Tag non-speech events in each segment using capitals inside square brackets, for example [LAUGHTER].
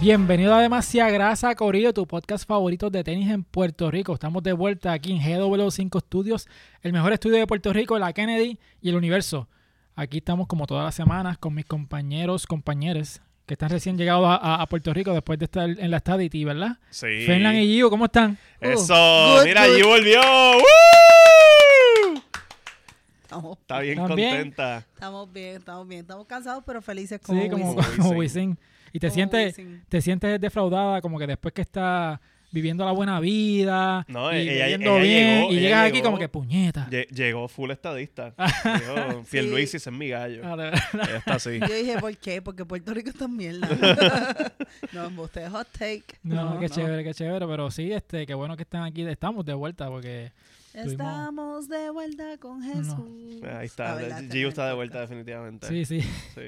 Bienvenido a Demasiada Grasa, Corillo, tu podcast favorito de tenis en Puerto Rico. Estamos de vuelta aquí en GW5 Studios, el mejor estudio de Puerto Rico, la Kennedy y el universo. Aquí estamos como todas las semanas con mis compañeros, compañeres que están recién llegados a, a- a Puerto Rico después de estar en la Stadity, ¿verdad? Sí. Fernan y Gio, ¿cómo están? Eso, Good, mira, good. allí volvió. ¡Woo! Estamos, Está bien ¿Están bien? contenta. estamos bien, estamos bien. Estamos cansados, pero felices como Uh, Sí, como, Wisin. Wisin. como Wisin. Y te Como sientes, Wisin. te sientes defraudada como que después que estás viviendo la buena vida No, y ella- ella viviendo bien llegó, y ella llegas aquí llegó. como que puñeta. Lle- Llegó full estadista. [LAUGHS] Llegó Pierluisi, ese es mi gallo. Ah, de verdad. Ella está así. Yo dije, ¿por qué? Porque Puerto Rico está en [LAUGHS] mierda. [LAUGHS] no, ustedes hot take. No, qué chévere, qué chévere, pero sí, este, qué bueno que están aquí, estamos de vuelta porque Estamos de vuelta con Jesús. Ahí La [LAUGHS] está. verdad, Gio tremendo está de vuelta podcast. definitivamente. sí, sí. [LAUGHS] Sí.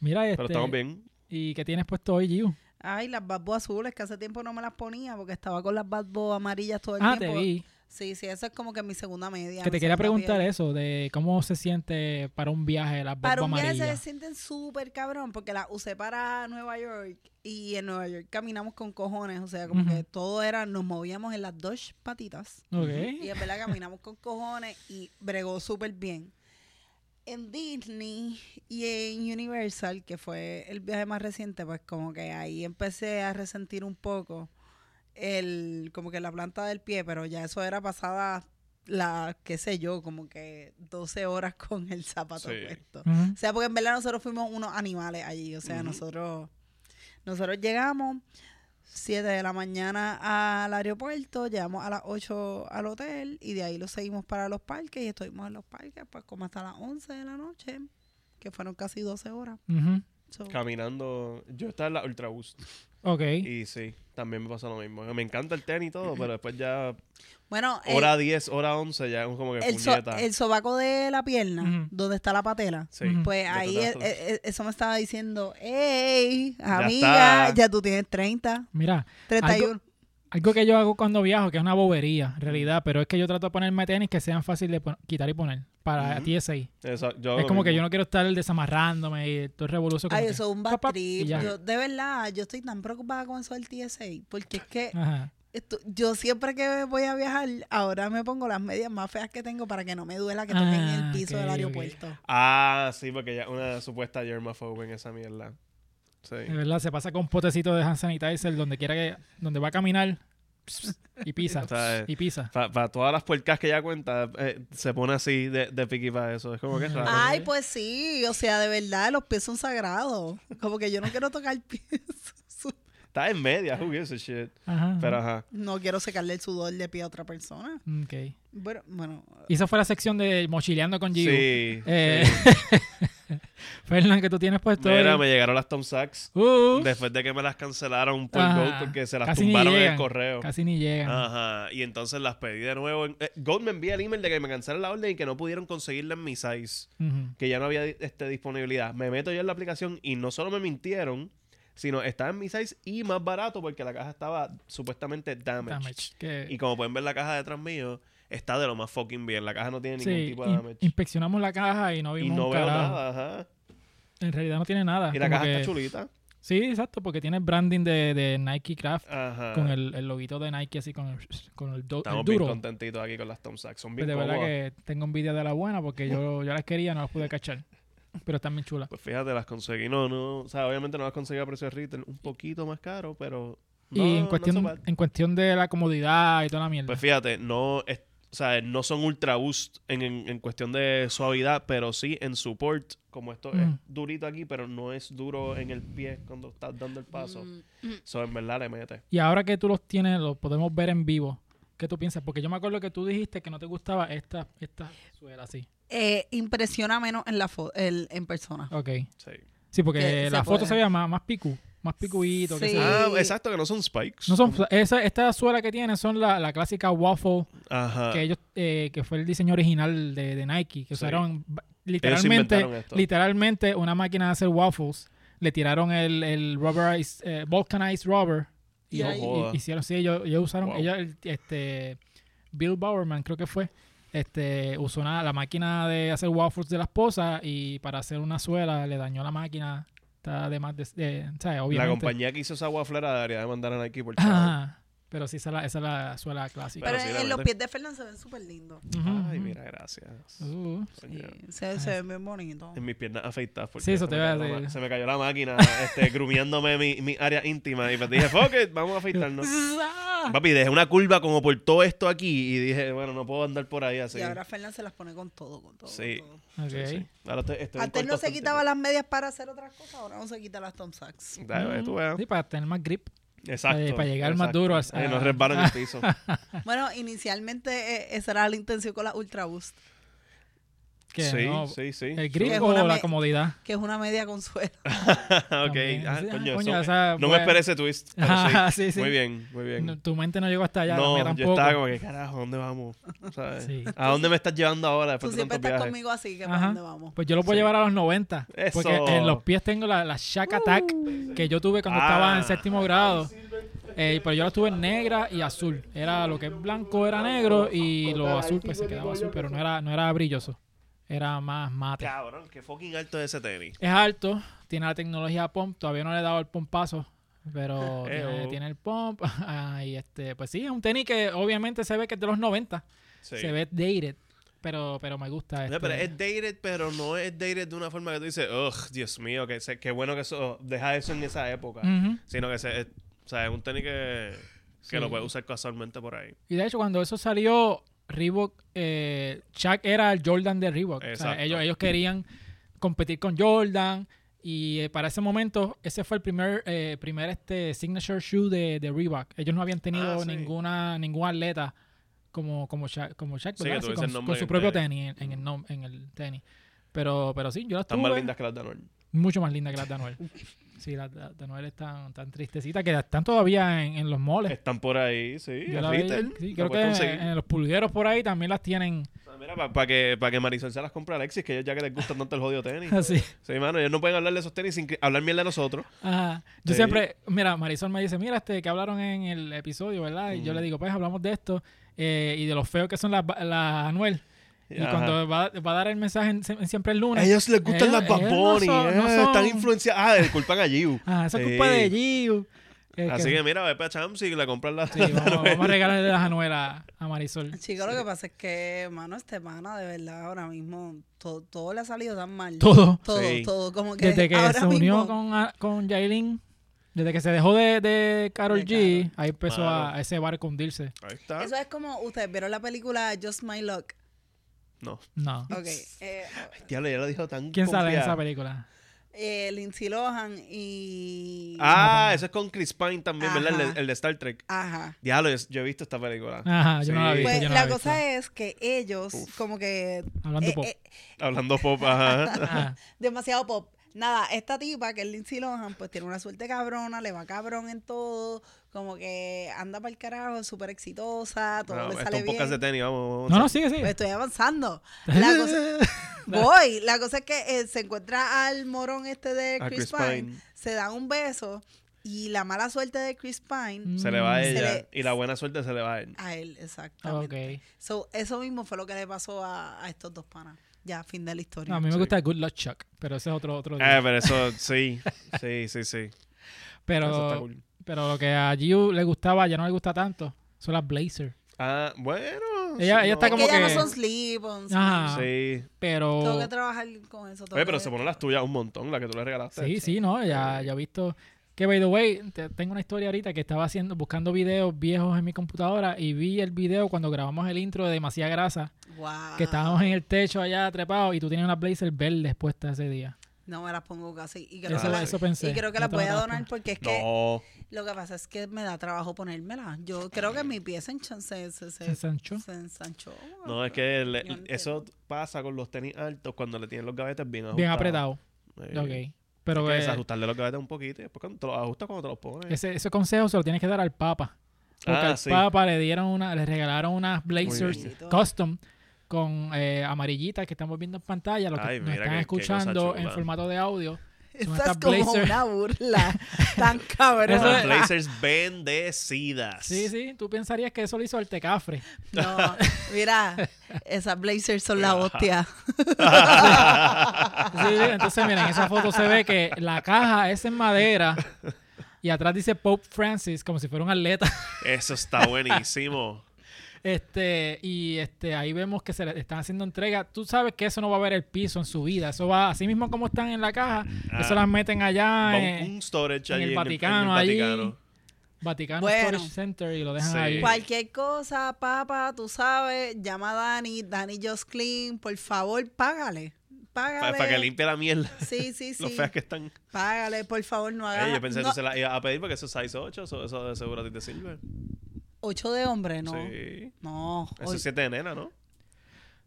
Mira este Pero estamos bien. y qué tienes puesto hoy, Giu? Ay, las Bad Boy azules, que hace tiempo no me las ponía porque estaba con las Bad Boy amarillas todo el Ah, te tiempo. vi. Sí, sí, esa es como que mi segunda media. Que te mi quería segunda preguntar piel. eso de cómo se siente para un viaje las Para bombas un viaje se amarillas. sienten súper cabrón porque la usé para Nueva York y en Nueva York caminamos con cojones, o sea, como Ujú. que todo era, nos movíamos en las dos patitas y Ok. en verdad caminamos con cojones y bregó súper bien. En Disney y en Universal, que fue el viaje más reciente, pues como que ahí empecé a resentir un poco el, como que la planta del pie, pero ya eso era pasada la, qué sé yo, como que 12 horas con el zapato Sí. puesto. Ujú. O sea, porque en verdad nosotros fuimos unos animales allí. O sea, Ujú. nosotros, nosotros llegamos 7 de la mañana al aeropuerto, llegamos a las 8 al hotel y de ahí lo seguimos para los parques y estuvimos en los parques pues como hasta las 11 de la noche, que fueron casi 12 horas. Ujú. So, Caminando. Yo estaba en la Ultrabus. Ok. Y sí, también me pasó lo mismo. Me encanta el tenis y todo, pero después ya bueno, el, hora 10, hora 11, ya es como que Eh, el so- puñeta. el sobaco de la pierna, Ujú. donde está la patela. Sí. Ujú. Pues Ya tú ahí te e- vas a- e- e- eso me estaba diciendo, hey, está. amiga, ya tú tienes 30, Mira, 31. algo que yo hago cuando viajo, que es una bobería, en realidad, pero es que yo trato de ponerme tenis que sean fáciles de pon- quitar y poner para Ujú. TSA. Esa- yo hago Es lo como que yo mismo. no quiero estar desamarrándome y todo el revolución. Ay, eso es un bad pa, pa, y trip. ya. Yo, de verdad, yo estoy tan preocupada con eso del TSA, porque es que Ajá. esto- yo siempre que voy a viajar, ahora me pongo las medias más feas que tengo para que no me duela que toquen Ah, el piso del ok, ok. aeropuerto. Ah, sí, porque ya una supuesta germaphobe en esa mierda. Sí. De verdad, se pasa con potecito de hand sanitizer donde quiera que, donde va a caminar y pisa, [LAUGHS] O sea, y pisa. Para todas las puercas que ella cuenta, eh, se pone así de, de piqui para eso. Es como Mm. que es raro. Ay, pues sí, o sea, de verdad, los pies son sagrados. Como que yo no quiero tocar pies. Está en media, who gives a shit. Ajá. eh, Pero ajá. [LAUGHS] No quiero secarle el sudor de pie a otra persona. Ok. Bueno, bueno. Y esa fue la sección de mochileando con Gio. Sí. Eh, sí. [LAUGHS] Fernán, que tú tienes puesto. Mira, hoy? me llegaron las Tom Sacks. Uh, Después de que me las cancelaron por Ajá. Gold porque se las Casi ni tumbaron en llegan. el correo. casi ni llegan. Ajá. Y entonces las pedí de nuevo. en- eh, Gold me envía el email de que me cancelaron la orden y que no pudieron conseguirla en mi size. Ujú. que ya no había este, disponibilidad. Me meto yo en la aplicación y no solo me mintieron, sino estaba en mi size y más barato porque la caja estaba supuestamente damaged. Damage, que- Y como pueden ver la caja detrás mío, está de lo más fucking bien. La caja no tiene ningún sí, tipo de in- damage. inspeccionamos la caja y no Y vimos no un veo carajo. nada, ajá. En realidad no tiene nada. Y la como caja que- está chulita. Sí, exacto, porque tiene el branding de, de Nike Craft Ajá. con el, el loguito de Nike así con el, con el, do- el Ah. Estamos bien duro. contentitos aquí con las Tom Sacks. Son bien Pues de verdad cómodas. que tengo envidia de la buena porque yo, yo las quería, no las pude cachar. Pero están bien chulas. Pues fíjate, las conseguí. No, no. O sea, obviamente no las conseguí a precio de retail. Un poquito más caro, pero. no, y en not cuestión, so bad. en cuestión de la comodidad y toda la mierda. Pues fíjate, no, es- o sea, no son ultra boost en, en- en cuestión de suavidad, pero sí en support, como esto Mm. es durito aquí, pero no es duro en el pie cuando estás dando el paso. Mm. Eso en verdad le mete. y ahora que tú los tienes, los podemos ver en vivo. ¿Qué tú piensas? Porque yo me acuerdo que tú dijiste que no te gustaba esta, esta suela así. Eh, impresiona menos en la fo- el- en persona. Ok. Sí. Sí, porque Que la se foto puede. se veía más, más picu, más picuito. que Sí. se ve. Ah, exacto, que no son spikes. No son, fla- esa, esta suela que tienen son la, la clásica waffle Ajá. que ellos, eh, que fue el diseño original de, de Nike, que Ah. Sí. usaron ba- inventaron literalmente, esto. literalmente una máquina de hacer waffles, le tiraron el, el rubberized, eh, vulcanized rubber y, No y- joda. y- hicieron, sí, ellos, ellos usaron, Wow. ellos, el- este, Bill Bowerman creo que fue, este, usó una- la máquina de hacer waffles de la esposa y para hacer una suela le dañó la máquina Está de más de, de- ¿sabes? Obviamente. La compañía que hizo esa guaflera debería demandar a Nike por chavo. Ajá. Pero sí, esa es la, esa es la suela clásica. Pero sí, la en los verdad. pies de Fernan se ven súper lindos. Ujú, Ay, ujú. mira, gracias. Uh, Señor. Sí, se, se ven bien bonitos. En mis piernas afeitadas. porque Sí, eso se te me iba a cayó la decir. ma- Se me cayó la máquina, este, grumiándome mi, mi área íntima. Y pues dije, fuck it, vamos a [LAUGHS] afeitarnos. Papi, dejé una curva como por todo esto aquí. Y dije, bueno, no puedo andar por ahí así. Y ahora Fernan se las pone con todo, con todo. Sí. con todo. ok. Sí, sí. Ahora estoy- estoy en Antes corto no se hasta el quitaba las medias para hacer otras cosas, ahora no se quita las Tom [LAUGHS] Sacks. techo. Dale, tú veas. Mm. Sí, para tener más grip. Exacto. Eh, para llegar más exacto. duro a- Eh, no resbalan el piso. Bueno, inicialmente eh, esa era la intención con la Ultra Boost, [LAUGHS] Que sí, no- sí, sí. [LAUGHS] El grip Que es o una la me- comodidad. que es una media consuelo. ok. También. Ah, Sí, ah, coño, coño, eso- esa no me fue- esperé ese twist. pero Ajá, [LAUGHS] sí. sí, sí. Muy bien, muy bien. No, tu mente no llegó hasta allá. la no, mía yo tampoco. estaba como que, carajo, ¿dónde vamos? ¿Sabes? Sí. ¿A dónde me estás llevando ahora Tú después de siempre tantos estás viajes? conmigo así, que Ajá. para dónde vamos. Pues yo lo puedo Sí. llevar a los 90. Eso. Porque en los pies tengo la, la Shack Attack Uh. que yo tuve cuando estaba Ah. en séptimo grado. Eh, pero yo las tuve negra y azul. Era lo que es blanco era negro y lo azul pues se quedaba azul, pero no era, no era brilloso. Era más mate. Cabrón, qué fucking alto es ese tenis. Es alto, tiene la tecnología pump, todavía no le he dado el pompazo, pero tiene, Ew. tiene el pump. [LAUGHS] Ah, y este, pues sí, es un tenis que obviamente se ve que es de los 90, Sí. se ve dated, pero, pero me gusta. No, Este. pero es dated, pero no es dated de una forma que tú dices, ugh, Dios mío, que se- qué bueno que eso, deja eso en esa época. Ujú. Sino que se, es, o sea, es un tenis que, Sí. que lo puedes usar casualmente por ahí. Y de hecho, cuando eso salió, Reebok, eh, Shaq era el Jordan de Reebok. O sea, Exacto. ellos, ellos querían competir con Jordan. Y eh, para ese momento, ese fue el primer, eh, primer este signature shoe de, de Reebok. Ellos no habían tenido Ah, sí. ninguna, ningún atleta como, como Shaq, como Shaq, Sí, ¿verdad? que Así, tuviese con, el su- nombre con en su el propio tenis. tenis, en el, nom- en el tenis. Pero, pero sí, yo las Están más tuve. lindas que las de Anuel. Mucho más lindas que las de Anuel. Sí, las de de Anuel están tan tristecitas que están todavía en, en los moles. Están por ahí, sí. Yo en la vi, eh, retail, sí, la creo que puedes conseguir. en, en los pulgueros por ahí también las tienen O sea, Mira, para que, pa' que Marisol se las compre a Alexis, que ellos ya que les gusta tanto el jodido [LAUGHS] tenis. así. Sí, mano, ellos no pueden hablar de esos tenis sin que- hablar bien de nosotros. Ajá. Yo Sí. siempre, mira, Marisol me dice, mira, este, que hablaron en el episodio, ¿verdad? Y yo Mm. le digo, pues hablamos de esto eh, y de lo feo que son las, ba- las Anuel. Y Ajá. cuando va, va a dar el mensaje en- se- siempre el lunes. ellos les gustan ellos- las Bad ellos no Bunny, son- no eh, están son- influenciadas. Ah, disculpan a Giu. Ajá, esa es Sí. culpa de Giu. Eh, Así que mira, ve para Champs y le compras las. Sí, vamos, vamos a regalarle las Anuel a, a Marisol. Chicos, lo que pasa es que, mano, este pana, de verdad, ahora mismo, todo, todo le ha salido tan mal. Todo. Todo, Sí. todo, como que Desde que ahora se unió mismo- con, a- con Yailin, desde que se dejó de, de Carol De G, ahí empezó Claro. a, a ese barco a hundirse. [LAUGHS] Ahí está. Eso es como, ustedes vieron la película Just My Luck. No. No. [LAUGHS] Ok. eh, Diablo, ya lo dijo tan. ¿Quién sale en confiada. esa película? eh, Lindsay Lohan y... Ah, eso es con Chris Pine también, ¿verdad? El, Ajá. de- el de Star Trek. Ajá. Diablo, yo, yo he visto esta película. Ajá, yo no la Sí. vi. Pues yo no la he visto. cosa es que ellos, como que... Hablando eh, pop. eh, [LAUGHS] Hablando pop, ajá. Ah, demasiado pop. Nada, esta tipa que es Lindsay Lohan, pues tiene una suerte cabrona, le va cabrón en todo, como que anda para el carajo, súper exitosa, [LAUGHS] todo No, le esto es sale un podcast de bien. tenis, vamos. vamos. no, no, sigue, sigue. Pues [LAUGHS] estoy avanzando. La cosa, voy. La cosa es que eh, se encuentra al morón este de A Chris, Chris Pine, Pine. se da un beso y la mala suerte de Chris Pine Mm. Se le va a Se ella le- y la buena suerte se le va a él. a él, exactamente. Ah, Ok. So, eso mismo fue lo que le pasó a, a estos dos panas. Ya, fin de la historia. No, a mí me Sí. gusta Good Luck Chuck, pero ese es otro otro. Eh, día. pero eso, sí, sí, sí, sí. Eso está pero, cool. pero lo que a Giu le gustaba, ya no le gusta tanto, son las Blazer. Ah, bueno. Ella- ella está Es que como ya no que- Ah. son slip-ons. Ajá. Oh. Sí. Tengo Pero que trabajar con eso todo. Oye, pero se ponen las tuyas un montón, la que tú le regalaste. sí, sí, no, ya, ya he visto. Que by the way, te- tengo una historia ahorita que estaba haciendo, buscando videos viejos en mi computadora y vi el video cuando grabamos el intro de Demasiada Grasa, Wow. que estábamos en el techo allá trepados y tú tenías una blazer verdes puesta ese día. No me las pongo casi. Y creo, Eso, que, la- eso pensé. y creo que Yo las te voy a las donar pongo. porque es que No. lo que pasa es que me da trabajo ponérmelas. Yo creo que mi pie se enchan- se, se, se- ¿Se ensanchó? se ensanchó. No, es que el- el- Yo entiendo. eso pasa con los tenis altos cuando le tienen los gavetes bien ajustados. Bien apretado. Sí. Ok. Pero que eh, desajustarle los gavetes un poquito y después cuando te los ajustas cuando te los pones. Ese, ese consejo se lo tienes que dar al Papa. Porque Ah, al sí. Papa le dieron una, le regalaron unas blazers bien. custom con eh, amarillitas que estamos viendo en pantalla, los que Ay, nos mira están qué- qué cosa escuchando en chula. formato de audio. Son Esa estas es como blazers. [LAUGHS] una burla tan Eso Las es- ah. cabrón. blazers bendecidas. Sí, sí, tú pensarías que eso lo hizo el [LAUGHS] Tecafre. Ah, No, mira, esas blazers son la hostia. Sí, entonces, miren, en esa foto se ve que la caja es en madera y atrás dice Pope Francis, como si fuera un atleta. Eso [LAUGHS] está buenísimo. Este, y este, ahí vemos que se le están haciendo entrega. Tú sabes que eso no va a ver el piso en su vida. Eso va, así mismo como están en la caja, Ah. eso las meten Va allá un- en un storage en allí el en Vaticano, en allí. el Vaticano. Vaticano Bueno. Storage Center y lo dejan Sí. ahí. Cualquier cosa, papá, tú sabes, llama a Dani, Dani Josclin, por favor, págale. Pa- Págale. Para, que limpie la mierda. [LAUGHS] Sí, sí, Los sí. feas que están. Págale, por favor, no hagas. Ey, yo pensé que no- tú se la ibas a pedir porque eso es size 8. Eso, eso de seguro a ti te sirve. Ocho de hombre, no. Sí. No. Eso oy- es 7 de nena, ¿no?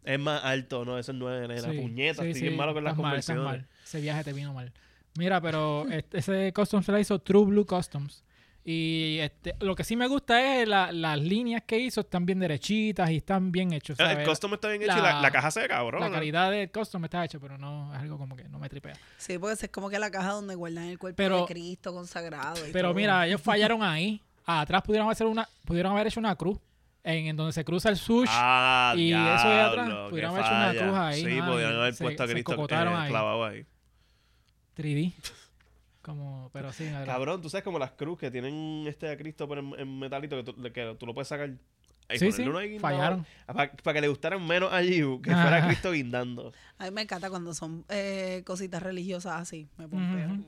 Es más alto, no, eso es 9 de nena. Sí, Puñetas, sí, estoy sí, bien malo con las estás mal, estás conversiones. mal. Ese viaje te vino mal. Mira, pero [LAUGHS] este- ese custom se la hizo True Blue Customs. Y este, lo que sí me gusta es la- las líneas que hizo están bien derechitas y están bien hechos. Ah, ¿sabes? El custom está bien hecho y la- la, la caja se ve cabrón. la ¿no? calidad del custom está hecha, pero no es algo como que no me tripea. Sí, porque esa es como que la caja donde guardan el cuerpo Pero- de Cristo consagrado. y Pero todo. mira, ellos fallaron ahí. Ah, Atrás pudieron hacer una, pudieron haber hecho una cruz en, en donde se cruza el sush. Ah, Y eso de atrás, diablo, qué pudieron haber hecho una falla. cruz ahí, Sí, mano, podrían y haber se- puesto a se Cristo eh, cocotaron ahí. clavado ahí. 3D. Como, pero sí, adelante. Cabrón, tú sabes como las cruz que tienen este a Cristo por en, en metalito que tú, que tú lo puedes sacar. Ahí, Sí, ponerle sí, uno ahí guindado. fallaron. Ah, pa- Para que le gustaran menos a Liu que Ajá. fuera Cristo guindando. A mí me encanta cuando son eh, cositas religiosas así. Me pompeo. Ujú.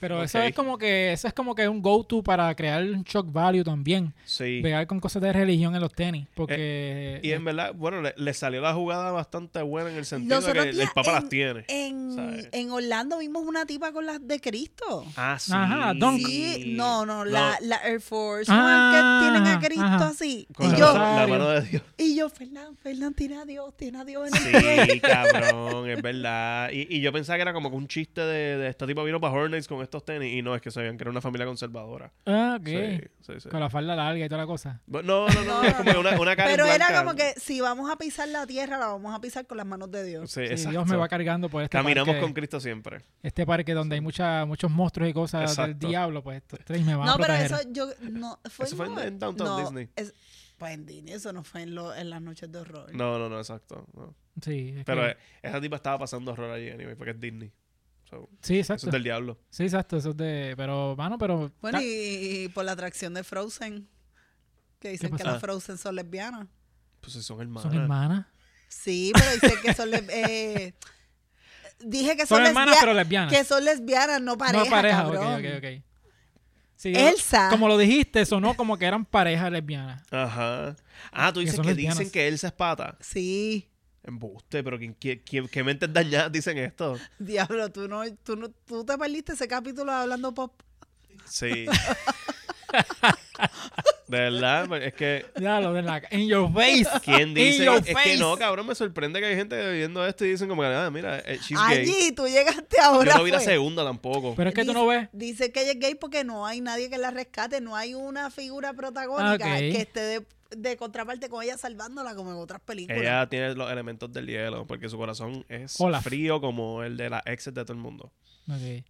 Pero eso Ok. es como que eso es como que un go-to para crear un shock value también. Sí. Eh, Pegar con cosas de religión en los tenis. Porque. Y en verdad, bueno, le, le salió la jugada bastante buena en el sentido de Nosotros que el, tía, el Papa en- las tiene. En, ¿Sabes? en Orlando vimos una tipa con las de Cristo. Ah, sí. Ajá, Dunk. Sí, no, no, la, la Air Force One Ah, que tienen a Cristo ajá. así. Con y, la, yo, la mano de Dios. y yo, Fernán, Fernán, tiene a Dios, tiene a Dios en el [LAUGHS] pie. [LAUGHS] Sí, cabrón, es verdad. Y, y yo pensaba que era como que un chiste de, de este tipo vino para Hornets con estos tenis. Y no, es que sabían que era una familia conservadora. Ah, ok. Sí, sí, sí. Con la falda larga y toda la cosa. Bu- No, no, no, No, es no, como no. una, una cara Pero era blanca. como que si vamos a pisar la tierra, la vamos a pisar con las manos de Dios. Sí, Sí, exacto. Dios me va cargando por este Caminamos parque. con Cristo siempre. Este parque donde hay mucha, muchos monstruos y cosas del Exacto. diablo, pues estos tres me van a No, pero proteger. eso yo no fue, Eso fue en- Nue- en Downtown no, Disney. es- pues en Disney, eso no fue en, lo- en las noches de horror. No, no, no, exacto. no. Sí, es Pero que- eh, esa tipa estaba pasando horror allí, anyway, porque es Disney. So, sí, eso exacto. es del diablo. Sí, exacto. Eso es de. Pero, mano, pero. Ah. Bueno, y, y por la atracción de Frozen, que dicen que pasó? Ah. las Frozen son lesbianas. Pues si son hermanas. son hermanas. Sí, pero dicen que son les- eh, [LAUGHS] dije que son, Son hermanas, lesbia- pero lesbianas. que son lesbianas, no pareja, no pareja, ok, cabrón. ok, ok. Sí, Elsa. Como lo dijiste, sonó como que eran parejas lesbianas. Ajá. Ah, Que tú dices son que, lesbianas. dicen que Elsa es pata. Sí, Embuste, pero ¿quién, quién, quién- qué mentes dañadas dicen esto? diablo, tú no, tú no, tú te perdiste ese capítulo de hablando pop. Sí. [LAUGHS] De verdad, pues, es que Ya lo de la. In your face. ¿Quién dice? In your Es face. que no, cabrón, me sorprende que hay gente viendo esto y dicen como que, ah, mira, eh, she's gay. Allí tú llegaste Yo ahora. pues. no vi la fue. segunda tampoco. Pero es que tú Dice- no ves. Dice que ella es gay porque no hay nadie que la rescate, no hay una figura protagónica Ah, ok. que esté de, de contraparte con ella salvándola como en otras películas. Ella tiene los elementos del hielo porque su corazón es Olaf. frío como el de la exes de todo el mundo. Ok.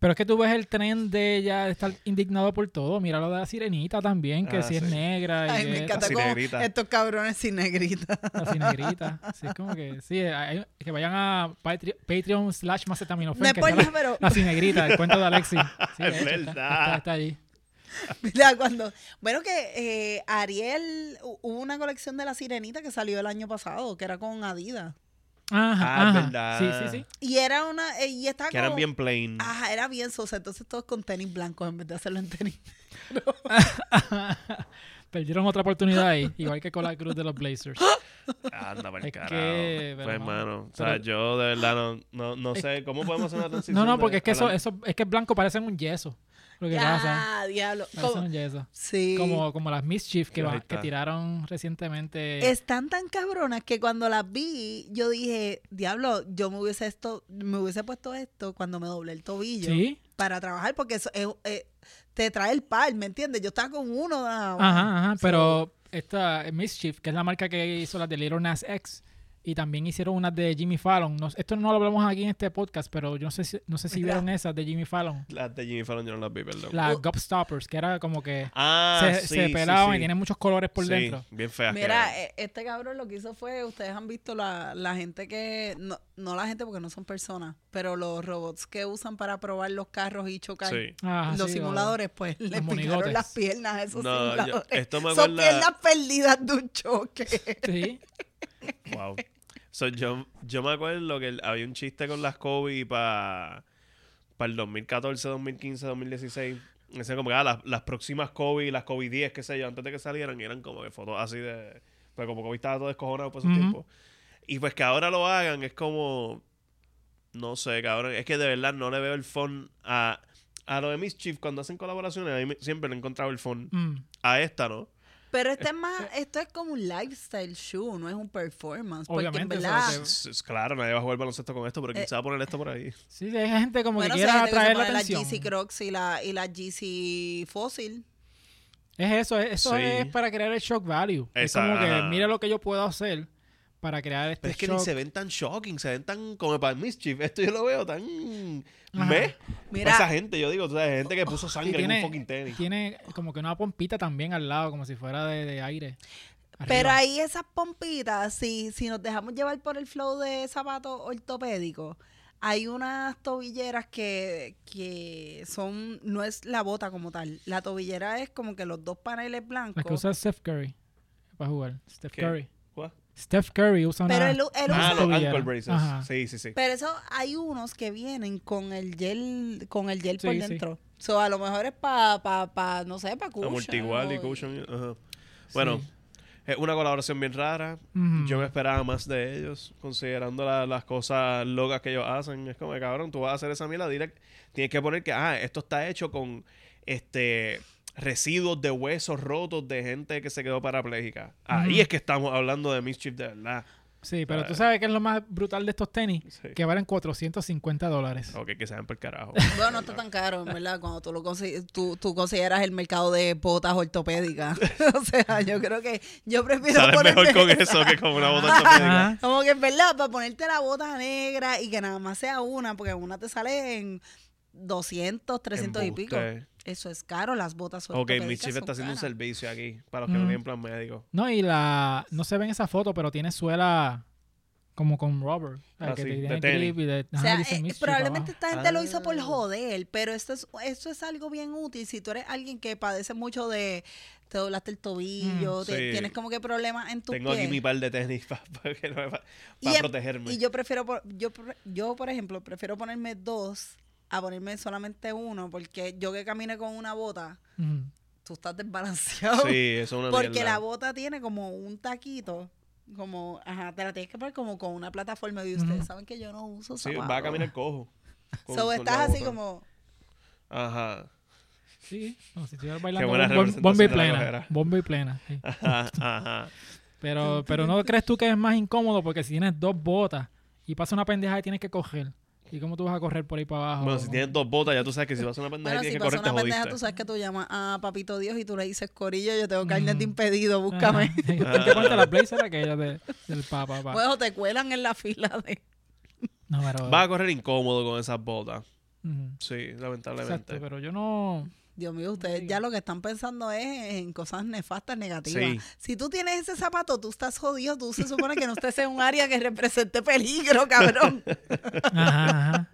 Pero es que tú ves el tren de ella estar indignado por todo. Mira lo de la sirenita también, que Ah, si es sí. negra. y Ay, que me es encanta Así como negrita. estos cabrones sin negrita. Así negrita. Sí, es como que. Sí, hay- que vayan a Patreon, Patreon slash macetaminofen. No es que por está nada, pero [LAUGHS] la, la sinegrita, el cuento de [LAUGHS] Alexi. Sí, de Es hecho, está- verdad. Está, está allí. mira, cuando. Bueno, que eh, Ariel, hu- hubo una colección de la sirenita que salió el año pasado, que era con Adidas. Ajá, Ah, es ajá. verdad. Sí, sí, sí. Y era una. eh, y estaba Que eran como- bien plain. Ajá, era bien sosa. Entonces todos con tenis blancos en vez de hacerlo en tenis. [LAUGHS] Perdieron otra oportunidad ahí, igual que con la cruz de los Blazers. Anda, para Es que, el carajo. pero, Pues, hermano, o sea, pero- yo de verdad no, no, no sé cómo podemos hacer una [LAUGHS] transición. No, no, de- porque es que eso, hablando- eso, es que blanco parecen un yeso. Lo que pasa. Ah, diablo. Parecen Como- un yeso. sí. Como, como las Mischief que, Ahí va- que está. tiraron recientemente. Están tan cabronas que cuando las vi, yo dije, diablo, yo me hubiese esto, me hubiese puesto esto cuando me doblé el tobillo Sí. para trabajar, porque eso es- eh, te trae el par, ¿me entiendes? Yo estaba con uno nada más. Ajá, ajá. Pero esta eh, Mischief, que es la marca que hizo las de Little Nas X, y también hicieron unas de Jimmy Fallon. No- esto no lo hablamos aquí en este podcast, pero yo no sé si, no sé si La- vieron esas de Jimmy Fallon. Las de Jimmy Fallon yo no las vi, perdón. Las Uh. Gobstoppers, que era como que Ah, se, sí, se sí, pelaban sí. y tienen muchos colores por Sí, dentro. bien feas. que Mira, eran. eh, este cabrón lo que hizo fue, ustedes han visto la, la gente que, no, no la gente porque no son personas, pero los robots que usan para probar los carros y chocar. Sí. Ah, los sí, o- simuladores, pues, le monigotes. picaron las piernas a esos No, yo- simuladores. esto me Son acuerda- piernas perdidas de un choque. Sí. Wow. So, yo, yo me acuerdo que el- había un chiste con las Kobe para el 2014, 2015, 2016. Decían como que ah, las, las próximas Kobe, las Kobe 10, qué sé yo, antes de que salieran, y eran como que fotos así de. Pues como Kobe estaba todo descojonado por su Ujú. tiempo. Y pues que ahora lo hagan es como. No sé, cabrón. Es que de verdad no le veo el fun a. A lo de Mischief, cuando hacen colaboraciones, a mí me- siempre le he encontrado el fun. Mm. A esta, ¿no? Pero este es más, esto es como un lifestyle show, no es un performance. Porque en Obviamente, eso verdad, es lo S- s- Claro, nadie va a jugar baloncesto con esto, pero Eh. quizá poner esto por ahí. Sí, hay gente como bueno, que si hay quiera gente que se atraer la pone atención. las GC Crocs y la, y la GC Fossil. Es eso, es- eso Sí. es para crear el shock value. Es Esa- como que ajá. mira lo que yo puedo hacer para crear este Pero es que shock. ni se ven tan shocking, se ven tan como para el mischief. Esto yo lo veo tan. Ajá. ¿Ve? Mira. Para esa gente, yo digo, o sea, gente que puso Y sangre en un fucking tenis. tiene como que una pompita también al lado, como si fuera de, de aire. Arriba. Pero ahí esas pompitas, si, si nos dejamos llevar por el flow de zapatos ortopédicos, hay unas tobilleras que, que son, no es la bota como tal. La tobillera es como que los dos paneles Las que blancos. usa Steph Curry para jugar. Steph ¿Qué? Curry. ¿What? Steph Curry usa Pero una... él, él Ah, Ah, usa- los tobillera. ankle braces. Ajá. Sí, sí, sí. Pero eso hay unos que vienen con el gel, con el gel por Sí, sí. dentro. So, a lo mejor es para, pa, pa, no sé, para cushion. Como el Tigual y o- Cushion. ajá. Bueno, Sí. es una colaboración bien rara. Ujú. Yo me esperaba más de ellos, considerando la- las cosas locas que ellos hacen. Es como, que, cabrón, tú vas a hacer esa mierda direct. Tienes que poner que, ah, esto está hecho con este residuos de huesos rotos de gente que se quedó parapléjica. Ahí Ujú. es que estamos hablando de mischief de verdad. Sí, pero tú sabes que es lo más brutal de estos tenis, Ah. Sí. que valen 450 dólares. Ok, que sean por el [LAUGHS] carajo. Bueno, no está tan caro, en verdad, cuando tú, lo consi- tú, tú consideras el mercado de botas ortopédicas. [LAUGHS] o sea, yo creo que yo prefiero Sales ponerme mejor con esa. eso que con una bota Ajá. ortopédica. [LAUGHS] Como que en verdad, para ponerte la bota negra y que nada más sea una, porque una te sale en 200, 300 y pico. Embuste. Eso es caro, las botas Ok, ortopédicas Mischief son está haciendo un caras. servicio aquí para los que no Mm. tienen plan médico. No, y la... No se ve en esa foto, pero tiene suela como con rubber. Ah, que sí, te de tiene tenis. grip y de- O ajá, sea, dice eh, Mischief probablemente abajo. esta gente lo hizo por Ah. joder, pero esto es, esto es algo bien útil. Si tú eres alguien que padece mucho de te doblaste el tobillo, Mm. te- Sí. tienes como que problemas en tu Tengo aquí mi par de tenis [LAUGHS] para Y en- protegerme. Y yo prefiero, por- yo, pre- yo por ejemplo, prefiero ponerme dos a ponerme solamente uno, porque yo que camine con una bota, Ujú. tú estás desbalanceado. Sí, eso es una [LAUGHS] porque mierda. la bota tiene como un taquito, como, ajá, te la tienes que poner como con una plataforma y Ujú. ustedes saben que yo no uso Sí, zapatos. va a caminar [LAUGHS] cojo. Con- So, con estás la así bota. como... Ajá. Sí, como si estuviera bailando. buena bom- bom- bomba y representación de la plena. cojera. Bomba y plena. sí. Ajá, ajá. Pero, pero no crees tú que es más incómodo porque si tienes dos botas y pasa una pendeja y tienes que coger. ¿Y cómo tú vas a correr por ahí para abajo? Bueno, si tienes dos botas, ya tú sabes que si vas a una pendeja Bueno, tienes que si pasa correr, te una pendeja, jodiste. tú sabes que tú llamas a Papito Dios y tú le dices, Corillo, yo tengo Mm. carnet de impedido, Ajá. [LAUGHS] búscame. [LAUGHS] Ten que ponerte la blazer aquella de- del papá. papá. Bueno, te cuelan en la fila de... no, pero, Vas a correr incómodo con esas botas. Ujú. Sí, lamentablemente. Exacto, pero yo no... Dios mío, ustedes ya lo que están pensando es en cosas nefastas, negativas. Sí. Si tú tienes ese zapato, tú estás jodido. Tú se supone que no estés en un área que represente peligro, [LAUGHS] cabrón. Ajá, ajá.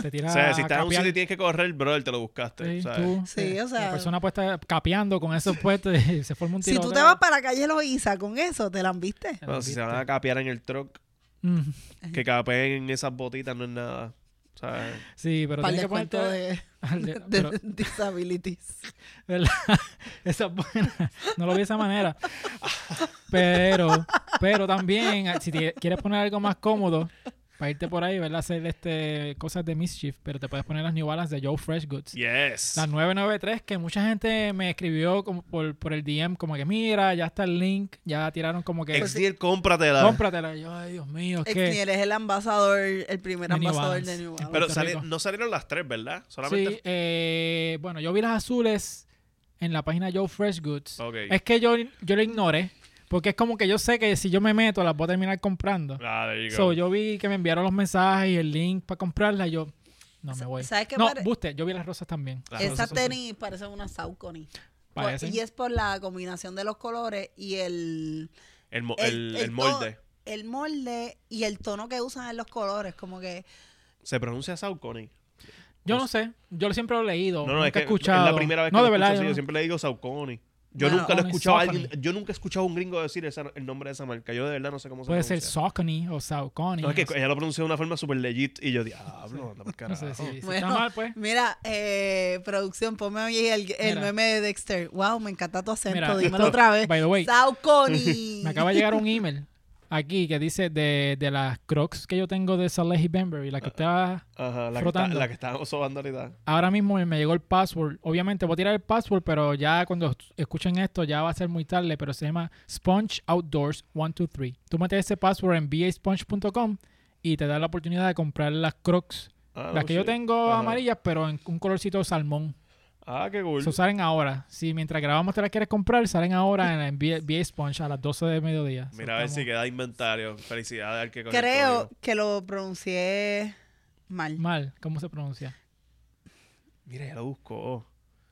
Te O tiras sea, si a estás en un capear. sitio y tienes que correr, brother, te lo buscaste. Sí, ¿sabes? tú, Sí, eh, o sea- La persona puede estar capeando con esos puestos y se forma un Si tiro. tú te vas para la calle Loíza con eso, ¿te la han viste? Bueno, si se van a capear en el truck, que capeen en esas botitas no es nada. ¿sabes? Sí, pero Para el tienes que descuento ponerte... [LAUGHS] de, Alde- de pero- [LAUGHS] disabilities. ¿Verdad? Esa es buena. [LAUGHS] No lo vi de esa manera. Pero, pero también, eh, si te quieres poner algo más cómodo, para irte por ahí, ¿verdad? Hacer este, cosas de mischief, pero te puedes poner las New Balance de Joe Fresh Goods. Yes. Las 993, que mucha gente me escribió como por, por el DM, como que mira, ya está el link, ya tiraron como Pues que Exniel, cómpratela. cómpratela. Y yo, ay, Dios mío, es que. Exniel es el ambasador, el primer De New ambasador Balance. de New Balance. Pero Puerto sali- Rico. no salieron las tres, ¿verdad? Solamente. Sí, eh, bueno, yo vi las azules en la página Joe Fresh Goods. Ok. Es que yo, yo lo ignoré. Porque es como que yo sé que si yo me meto, las voy a terminar comprando. Ah, there you go. So, yo vi que me enviaron los mensajes y el link para comprarla. Y yo, no me Sa- voy. ¿sabes qué no, pare- buste, yo vi las rosas también. Las Esa rosas son- tenis parece una Saucony. Por- Parecen. Y es por la combinación de los colores y el, El, mo- el- el, el el molde. to- el molde y el tono que usan en los colores. Como que ¿Se pronuncia Saucony? Yo no sé, yo siempre lo he leído. No, no, nunca es que he escuchado. es la primera vez que no, lo de verdad. yo escucho así, Yo no- siempre le digo Saucony. Yo Bueno, nunca lo he Saucony, escuchado a Saucony. alguien, yo nunca he escuchado a un gringo decir esa- el nombre de esa marca. Yo de verdad no sé cómo se Puede ser pronuncia. Saucony o Saucony. No, es que sé. ella lo pronuncia de una forma súper legit y yo, diablo, anda [LAUGHS] por No carajo. sé si, si está Bueno. mal, pues. Mira, eh, producción, ponme ahí el, el Mira. meme de Dexter. Wow, me encanta tu acento. Mira, Dímelo esto, otra vez. by the way, [LAUGHS] Saucony. Me acaba de llegar un email aquí que dice de, de las crocs que yo tengo de Salehi Benbury, Ah. la que está Ajá, la que, está, Frotando. la que estábamos sobando ahorita. ahora mismo me llegó el password. Obviamente voy a tirar el password, pero ya cuando escuchen esto ya va a ser muy tarde, pero se llama Sponge Outdoors 123. Tú metes ese password en basponge.com y te da la oportunidad de comprar las crocs. Ah, las no que yo sé. tengo Ajá. amarillas, pero en un colorcito salmón. Ah, qué cool. So, salen ahora. Si mientras grabamos te las quieres comprar, salen ahora en VA, Sponge a las 12 de mediodía. So, Mira, a ver si estamos queda inventario. Felicidades al que conectó, Creo digo. que lo pronuncié mal. Mal, ¿cómo se pronuncia? Mira, ya lo buscó.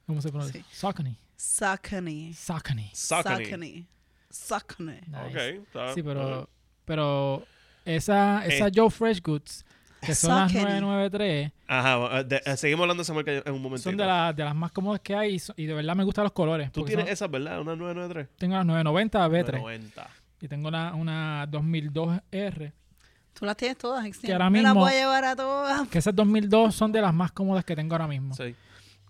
¿Cómo se pronuncia? Saucony. Saucony. Saucony. Saucony. Saucony. Nice. Ok, está. Sí, está pero, pero esa, Ah, Eh. esa Joe Fresh Goods, que son las Saucony. 993, Ajá, de- eh, seguimos hablando de esa marca en un momentito. son de, la- de las más cómodas que hay y so- y de verdad me gustan los colores. Tú porque tienes son- esas, ¿verdad? Una 993. tengo las 990 B3 990. y tengo una, una 2002R. Tú las tienes todas, Exil. Que ahora Me las mismo- voy a llevar a todas. Que esas 2002 son de las más cómodas que tengo ahora mismo. Sí.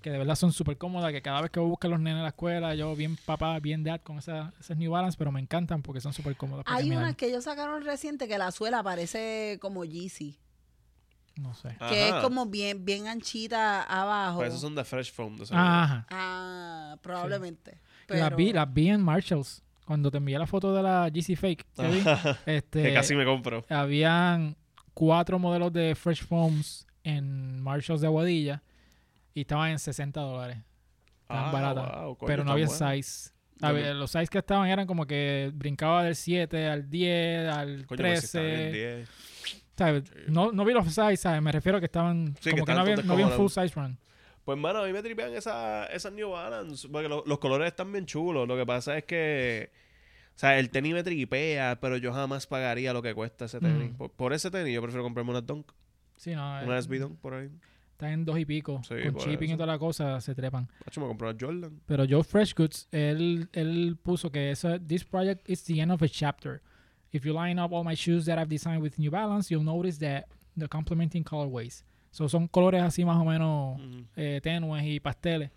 Que de verdad son súper cómodas, que cada vez que voy a buscar los nenes a la escuela, yo bien papá, bien dad con esa- esas New Balance, pero me encantan porque son súper cómodas. porque Hay me dan- unas que ellos sacaron reciente que la suela parece como Yeezy. No sé. Que es Ajá. como bien, bien anchita abajo. Oh. Pero esos son de Fresh Foam. de seguro. Ajá. Ah, probablemente. Pero... Las vi, las vi en Marshalls. Cuando te envié la foto de la GC Fake, que vi, este, Ah. [LAUGHS] que casi me compro. habían cuatro modelos de Fresh Foams en Marshalls de Aguadilla y estaban en 60 dólares. Estaban Ah, baratas. wow, coño, pero no está había bueno. size. Había- los size que estaban eran como que brincaba del 7 al 10, al Coño, pues si están en 13. 10. ¿sabes? No, no vi los size, ¿sabes? me refiero a que estaban Sí, que como que, no estaban había, todas no había un full cómodas. size run. Pues, mano, a mí me tripean esa- esas New Balance. Porque lo- los colores están bien chulos. Lo que pasa es que. O sea, el tenis me tripea, pero yo jamás pagaría lo que cuesta ese tenis. Mm. Por, por ese tenis, yo prefiero comprarme una Dunk. Sí, no, Una eh, SB Dunk por ahí. están en dos y pico. Sí, con por shipping y eso. toda la cosa se trepan. Hacho, me compré una Jordan. Pero Joe Fresh Goods, él, él puso que eso, this project is the end of a chapter. If you line up all my shoes that I've designed with New Balance, you'll notice that the complementing colorways. So son colores así más o menos Ujú. eh, tenues y pasteles.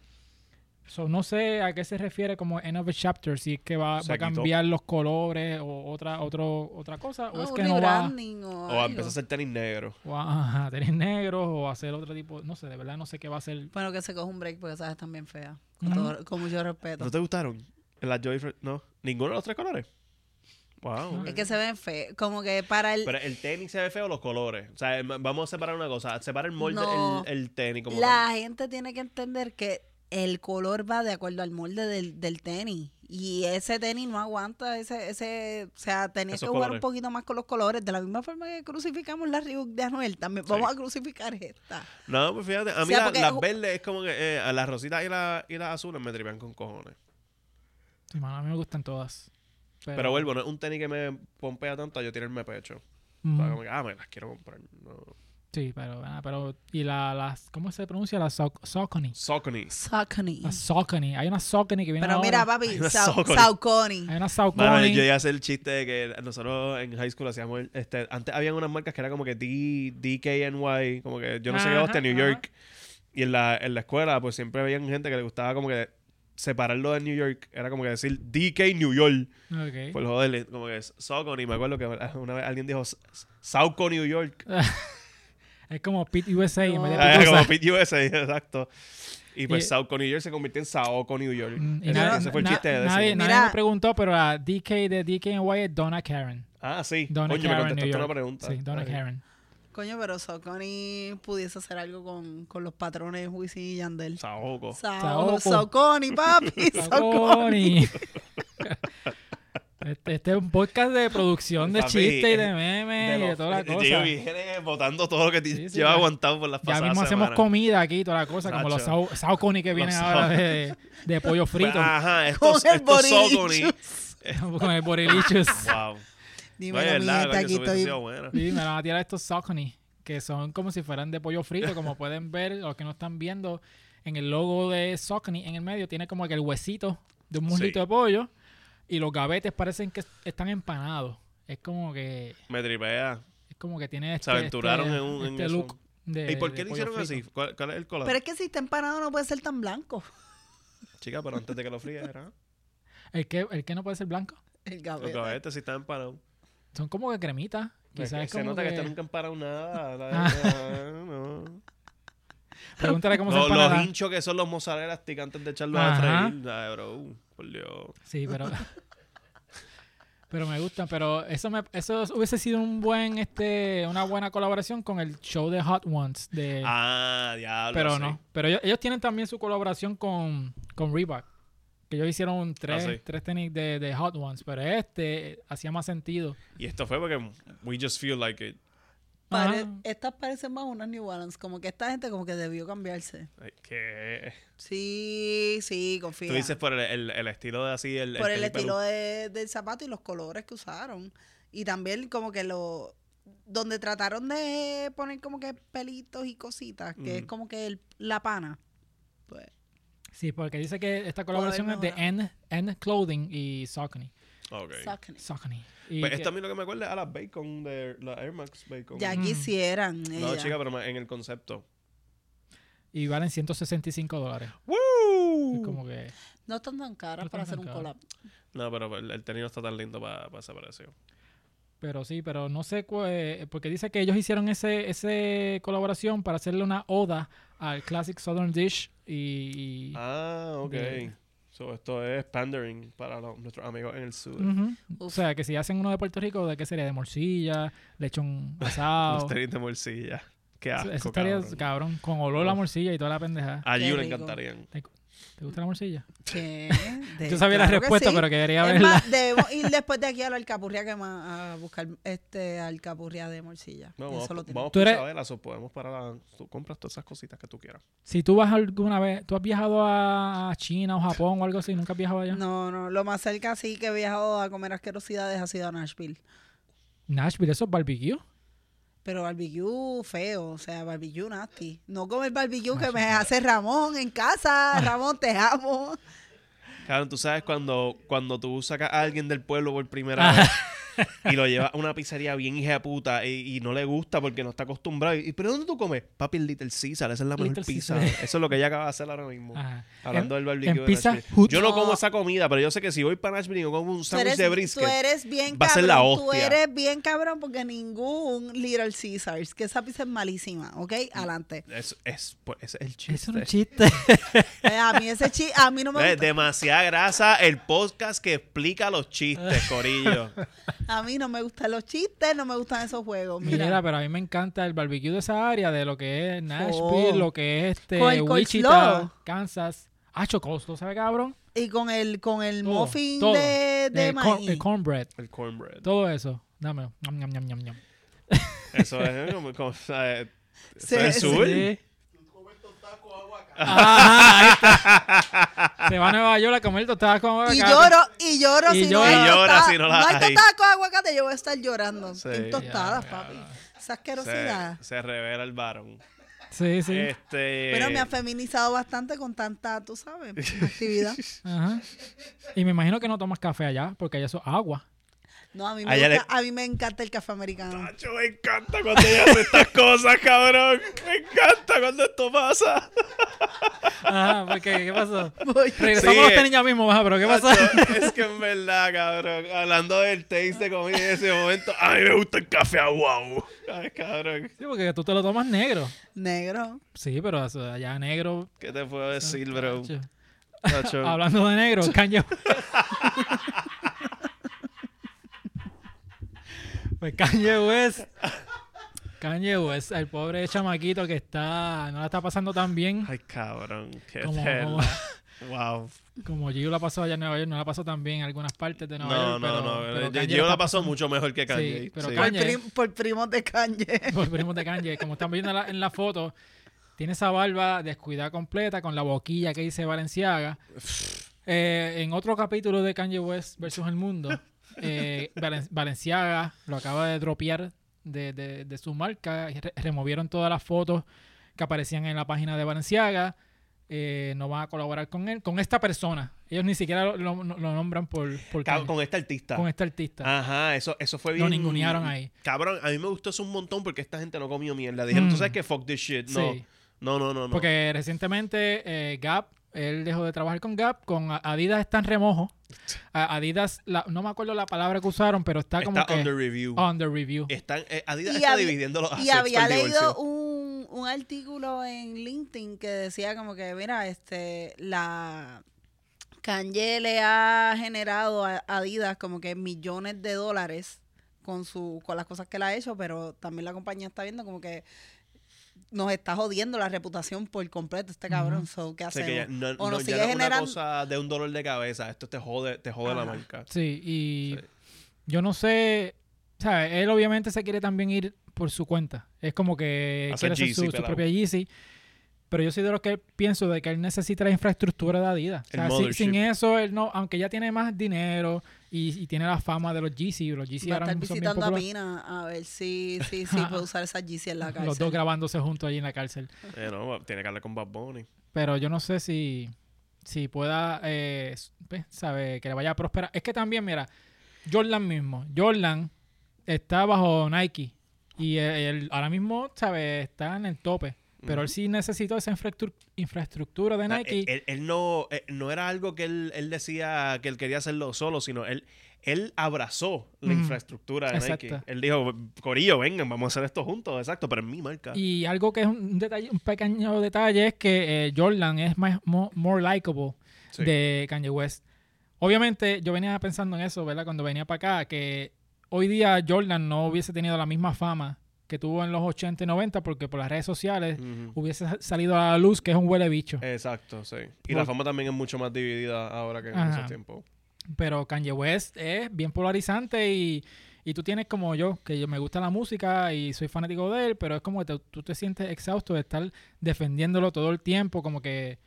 So no sé a qué se refiere como end of a chapter, si es que va, Se va a quitó. cambiar los colores o otra, otro, otra cosa, o Ah, es un que no va rebranding o O algo. empecé a hacer tenis negro. o a, a tener negros o a hacer otro tipo, no sé, de verdad no sé qué va a hacer. Bueno, que se coja un break porque esas están bien feas. Con, Ujú. todo- con mucho respeto. ¿No te gustaron? Las Joy Fresh- No. ¿Ninguno de los tres colores? Wow. No. Es que se ven feas. Como que para el. Pero el tenis se ve feo los colores. O sea, em- vamos a separar una cosa. Separa el molde, No. el, el tenis como la gente tiene que entender que el color va de acuerdo al molde del, del tenis. Y ese tenis no aguanta ese. ese o sea, tenías Esos que jugar un colores. poquito más con los colores. De la misma forma que crucificamos la Reebok de Anuel, también Sí. vamos a crucificar esta. tal. No, pues fíjate. A mí sea, la- porque- las verdes es como que eh, a las rositas y, la- y las azules me tripean con cojones. Sí, mano, a mí me gustan todas. Pero, Pero vuelvo, no es un tenis que me pompea tanto a yo tirarme pecho. O mm. sea, como que, ah, me las quiero comprar. No. Sí, pero, ah, pero y la, las, ¿cómo se pronuncia? La sau- Saucony. Saucony. Saucony. La Saucony. Hay una Saucony que viene Pero ahora. mira, papi, una Sau- Ah, [LAUGHS] Saucony. Saucony. Hay una Mano, yo Saucony. llegué a hacer el chiste de que nosotros en high school hacíamos el- este, antes habían unas marcas que era como que D, DKNY, como que yo no sé qué Ajá, hostia, New ajá. York. Y en la, en la escuela, pues siempre había gente que le gustaba como que separarlo de New York. Era como que decir DK New York. Ok. Pues joder, como que Saucony, me acuerdo que [LAUGHS] una vez alguien dijo Sauco New York. Es como Pit USA en vez de [LAUGHS] No. Ah, Pit USA. como Pit USA, exacto. Y pues Y- eh, Sauco New York se convirtió en Saoco New York. Mm, y ese, nada- ese fue el na- chiste de nadie, decir. nadie Mira. me preguntó, pero la DK de DKNY es Donna Karen. Ah, sí. Donna Coño, me Karen, New contestaste York. una pregunta. Sí, Donna Ay. [LAUGHS] Karen. Coño, pero Saucony pudiese hacer algo con, con los patrones Wisin y Yandel. Saoco. Sau- Saoco. [LAUGHS] Saucony, papi. Saucony. Saucony. [LAUGHS] Este, este es un podcast de producción de Papi, eh, chistes y de de memes y de los- toda la eh, cosa. Diego viene botando todo lo que ti- Sí, sí, lleva ya- aguantado por las Ya pasadas mismo hacemos semanas. comida aquí y toda la cosa, como los Nacho. sao- sauconi que vienen Los ahora sau- de, de [LAUGHS] pollo Pues, frito Ajá, estos, Con el estos borichus. [LAUGHS] Soconi. con el [LAUGHS] borilichus. Wow. No, es Dímelo, mi verdad, gente, coño, eso aquí hubiese estoy. sido bueno. Sí, me van a tirar estos sauconi, que son como si fueran de pollo frito, [LAUGHS] como pueden ver, los que no están viendo, en el logo de sauconi, en el medio, tiene como que el huesito de un muslito Sí. de pollo, y los gavetes parecen que están empanados. Es como que, Me tripea. es como que tiene este, Se aventuraron este- en un- en este eso. look de- ¿Y por de qué lo pollo hicieron frito. así? ¿Cuál, cuál es el color? Pero es que si está empanado no puede ser tan blanco. Chica, pero antes de que lo fríes era. ¿El que, el que no puede ser blanco? El Los gavete. gavetes este sí están empanados. Son como que cremitas. Quizás es se como nota Pues que, que- están nunca [LAUGHS] empanados nada. la- Ah. la- [LAUGHS] no. Pregúntale cómo Los- se los empanará. hinchos que son los mozzarella stick antes de echarlos Ajá. a freír. Ay, bro. Por Dios. Sí, pero... [LAUGHS] pero me gustan. Pero eso me, eso hubiese sido un buen, este, una buena colaboración con el show de Hot Ones. De, Ah, diablo. pero sí. no. Pero ellos, ellos tienen también su colaboración con, con Reebok. Que ellos hicieron tres, Ah, sí. tres tenis de, de Hot Ones. Pero este hacía más sentido. Y esto fue porque we just feel like it. Pare- Ajá. Estas parecen más unas New Balance. Como que esta gente como que debió cambiarse. Ay, ¿Qué? Sí, sí, confía. Tú dices por el, el- el estilo de así, el, por el Felipe estilo Lu- de- del zapato y los colores que usaron. Y también como que lo... Donde trataron de poner como que pelitos y cositas, que es Mm. como que el- la pana. Pues, Sí, porque dice que esta colaboración es de mejorado. N, N Clothing y Saucony. Ok. Saucony. Saucony. Y Pues que- esto a mí lo que me acuerda es a las bacon, de las Air Max bacon. Ya Mm. quisieran. no, ella. chica, pero más en el concepto. y valen 165 dólares. Es ¡Woo! como que... No están tan caras No para hacer están un tan collab. No, pero el, el tenis no está tan lindo para ese precio. Pero sí, pero no sé, cu- eh, porque dice que ellos hicieron ese, ese colaboración para hacerle una oda al Classic Southern Dish y... y- Ah, ok. De- So, esto es pandering para los- nuestros amigos en el sur. Ujú. pues. O sea, que si hacen uno de Puerto Rico, ¿de qué sería? ¿De morcilla? [LAUGHS] ¿Lechón Los asado? tenis de morcilla. Qué Eso- asco, Eso estaría, cabrón. cabrón, con olor a la Uf. Ah. morcilla y toda la pendejada. A Qué Yu le rico. encantarían. ¿Te gusta la morcilla? [LAUGHS] ¿Qué? De- Yo sabía la claro que respuesta, sí. pero quería Es verla. más, debemos ir después de aquí a la alcapurria que más a buscar este alcapurria de morcilla. No, Eso lo vamos, tenemos. vamos Tú por eres- Isabela, so podemos parar. Tú compras todas esas cositas que tú quieras. Si tú vas alguna vez, ¿tú has viajado a China o Japón o algo así? ¿Nunca has viajado allá? No, no, lo más cerca sí que he viajado a comer asquerosidades ha sido a Nashville. Nashville, ¿eso es barbecue? Pero barbecue feo, o sea, barbecue nasty. No comer barbecue que me hace Ramón en casa. Ramón, te [LAUGHS] amo. Claro, tú sabes cuando, cuando tú sacas a alguien del pueblo por Ah. primera vez [LAUGHS] y lo llevas a una pizzería bien hija de puta y, y no le gusta porque no está acostumbrado. ¿Y pero dónde tú comes? Papi, el Little Caesar, esa es la mejor Little pizza. Caesar. Eso es lo que ella acaba de hacer ahora mismo. Ajá. Hablando En- del barbecue en de Pizza Nashville. Hut- Yo no como No. esa comida, pero yo sé que si voy para Nashville y yo como un Tú sándwich eres, de tú brisket. eres bien Va a ser cabrón. la Tú hostia. eres bien cabrón porque ningún Little Caesars, que esa pizza es malísima, ¿ok? Adelante. Es, es, pues, ese es el chiste. Eso es un chiste. Eh, a mí ese chi, a mí no me Eh, gusta. demasiada grasa el podcast que explica [LAUGHS] los chistes, Corillo. A mí no me gustan los chistes, no me gustan esos juegos. Mira, Mira, pero a mí me encanta el barbecue de esa área, de lo que es Nashville, Oh. lo que es este, Con el Wichita, coleslaw. Kansas. Ah, Chocoslo, ¿sabe cabrón? y con el con el Todo, muffin todo. de, de El cor- maíz. el cornbread, El cornbread. todo eso. Dame. ñam, ñam, ñam, ñam, ñam. Eso es eh, como, como, o sea, eh, Se- eso es se- sur. Sí. Ajá, ahí está. Se va a Nueva York a comer tostadas con y aguacate. lloro, y lloro Y si llora. no hay Y llora tostada. si no la no hay hay. tostada con aguacate, yo voy a estar llorando. Sí. En tostadas, Ya, papi. Esa asquerosidad. se, se revela el varón. Sí, sí. Este, Pero me ha feminizado bastante con tanta, [LAUGHS] tú sabes, actividad. Ajá. Y me imagino que no tomas café allá, porque allá eso es agua. No, a mí me, Allá le- gusta- a mí me encanta el café americano. Nacho, me encanta cuando ella hace estas cosas, cabrón. Me encanta cuando esto pasa. [LAUGHS] Ajá, porque ¿qué pasó? Voy- Regresamos a Sí. los tenis ya mismo, ajá, pero ¿qué pasó? Nacho, es que en verdad, cabrón, hablando del taste de comida en ese momento, a mí me gusta el café aguau. Ay, cabrón. Sí, porque tú te lo tomas negro. Negro. Sí, pero eso, allá negro. ¿Qué te puedo decir, bro? Nacho. Nacho. Hablando de negro, [LAUGHS] Kanye. pues Kanye West. Kanye West, el pobre chamaquito que está. No la está pasando tan bien. Ay, cabrón. Qué Como, tela. como- Wow. Como Gio la pasó allá en Nueva York, no la pasó tan bien en algunas partes de Nueva No, York. no, pero- no. pero Yo- Kanye Yo está la paso pasando- mucho mejor que Kanye. Sí, pero sí. Kanye- Por, prim- por primos de Kanye. [LAUGHS] Volveremos de Kanye. Como están viendo en la, en la foto, tiene esa barba descuidada completa con la boquilla que dice [LAUGHS] Valenciaga. Eh, en otro capítulo de Kanye West versus el mundo, [LAUGHS] eh, Valen- Valenciaga lo acaba de dropear de, de- de su marca. y re- removieron todas las fotos que aparecían en la página de Valenciaga. Eh, no van a colaborar con él, con esta persona. Ellos ni siquiera lo, lo- lo nombran por, por Cab- Kanye, Con Ah, este artista. con este artista. Ajá, eso, eso fue bien. Lo ningunearon ahí. Cabrón, a mí me gustó eso un montón porque esta gente no comió mierda. Dijeron, Mm. tú sabes que fuck this shit. No, Sí. no, no, no. no. Porque recientemente eh, Gap, él dejó de trabajar con Gap, con A- Adidas está en remojo. A- Adidas, la- no me acuerdo la palabra que usaron, pero está como está que Oh, under review. under review. Están, eh, Adidas Y está había- dividiendo los Y assets había por divorcio. leído un, un artículo en LinkedIn que decía como que, mira, este, la Kanye le ha generado a Adidas como que millones de dólares con su, con las cosas que le ha hecho, pero también la compañía está viendo como que nos está jodiendo la reputación por completo este cabrón. Ujú. So, ¿qué O sea, que ya hacemos? no, O no, ya nos sigue no es una generando- cosa de un dolor de cabeza. Esto te jode, te jode la Ajá. marca. Ah, Sí, y Sí. yo no sé, o sea, él obviamente se quiere también ir por su cuenta. Es como que quiere Hacer hacer su, Yeezy, su pelado. propia Yeezy. Pero yo soy de los que pienso de que él necesita la infraestructura de Adidas. O El sea, si- mothership. sin eso, él no, aunque ya tiene más dinero y, y tiene la fama de los Yeezy, los Yeezy Va a ahora estar mismo son bien visitando a populares. Pina a ver si, [LAUGHS] si, si puede usar esa GC en la Los dos cárcel. grabándose juntos allí en la cárcel. Eh, no, tiene que hablar con Bad Bunny. Pero yo no sé si, si pueda, eh, s- pues, sabe, que le vaya a prosperar. Es que también, mira, Jordan mismo, Jordan está bajo Nike y él, él ahora mismo, sabe, está en el tope. Pero él sí necesitó esa infraestru- infraestructura de O sea, Nike. Él, él no, eh, no era algo que él, él decía que él quería hacerlo solo, sino él, él abrazó la Mm. infraestructura de Nike. Exacto. Él dijo, Corillo, vengan, vamos a hacer esto juntos, exacto, pero en mi marca. Y algo que es un, detalle, un pequeño detalle es que eh, Jordan es más mo- more likable Sí. de Kanye West. Obviamente, yo venía pensando en eso, ¿verdad? Cuando venía para acá, que hoy día Jordan no hubiese tenido la misma fama que tuvo en los 80 y 90, porque por las redes sociales Ujú. hubiese sa- salido a la luz que es un huele bicho. Eh. Exacto, sí. Y Por- la fama también es mucho más dividida ahora que en Ajá. esos tiempos. Pero Kanye West es bien polarizante y, y tú tienes como yo, que yo me gusta la música y soy fanático de él, pero es como que te- tú te sientes exhausto de estar defendiéndolo todo el tiempo, como que,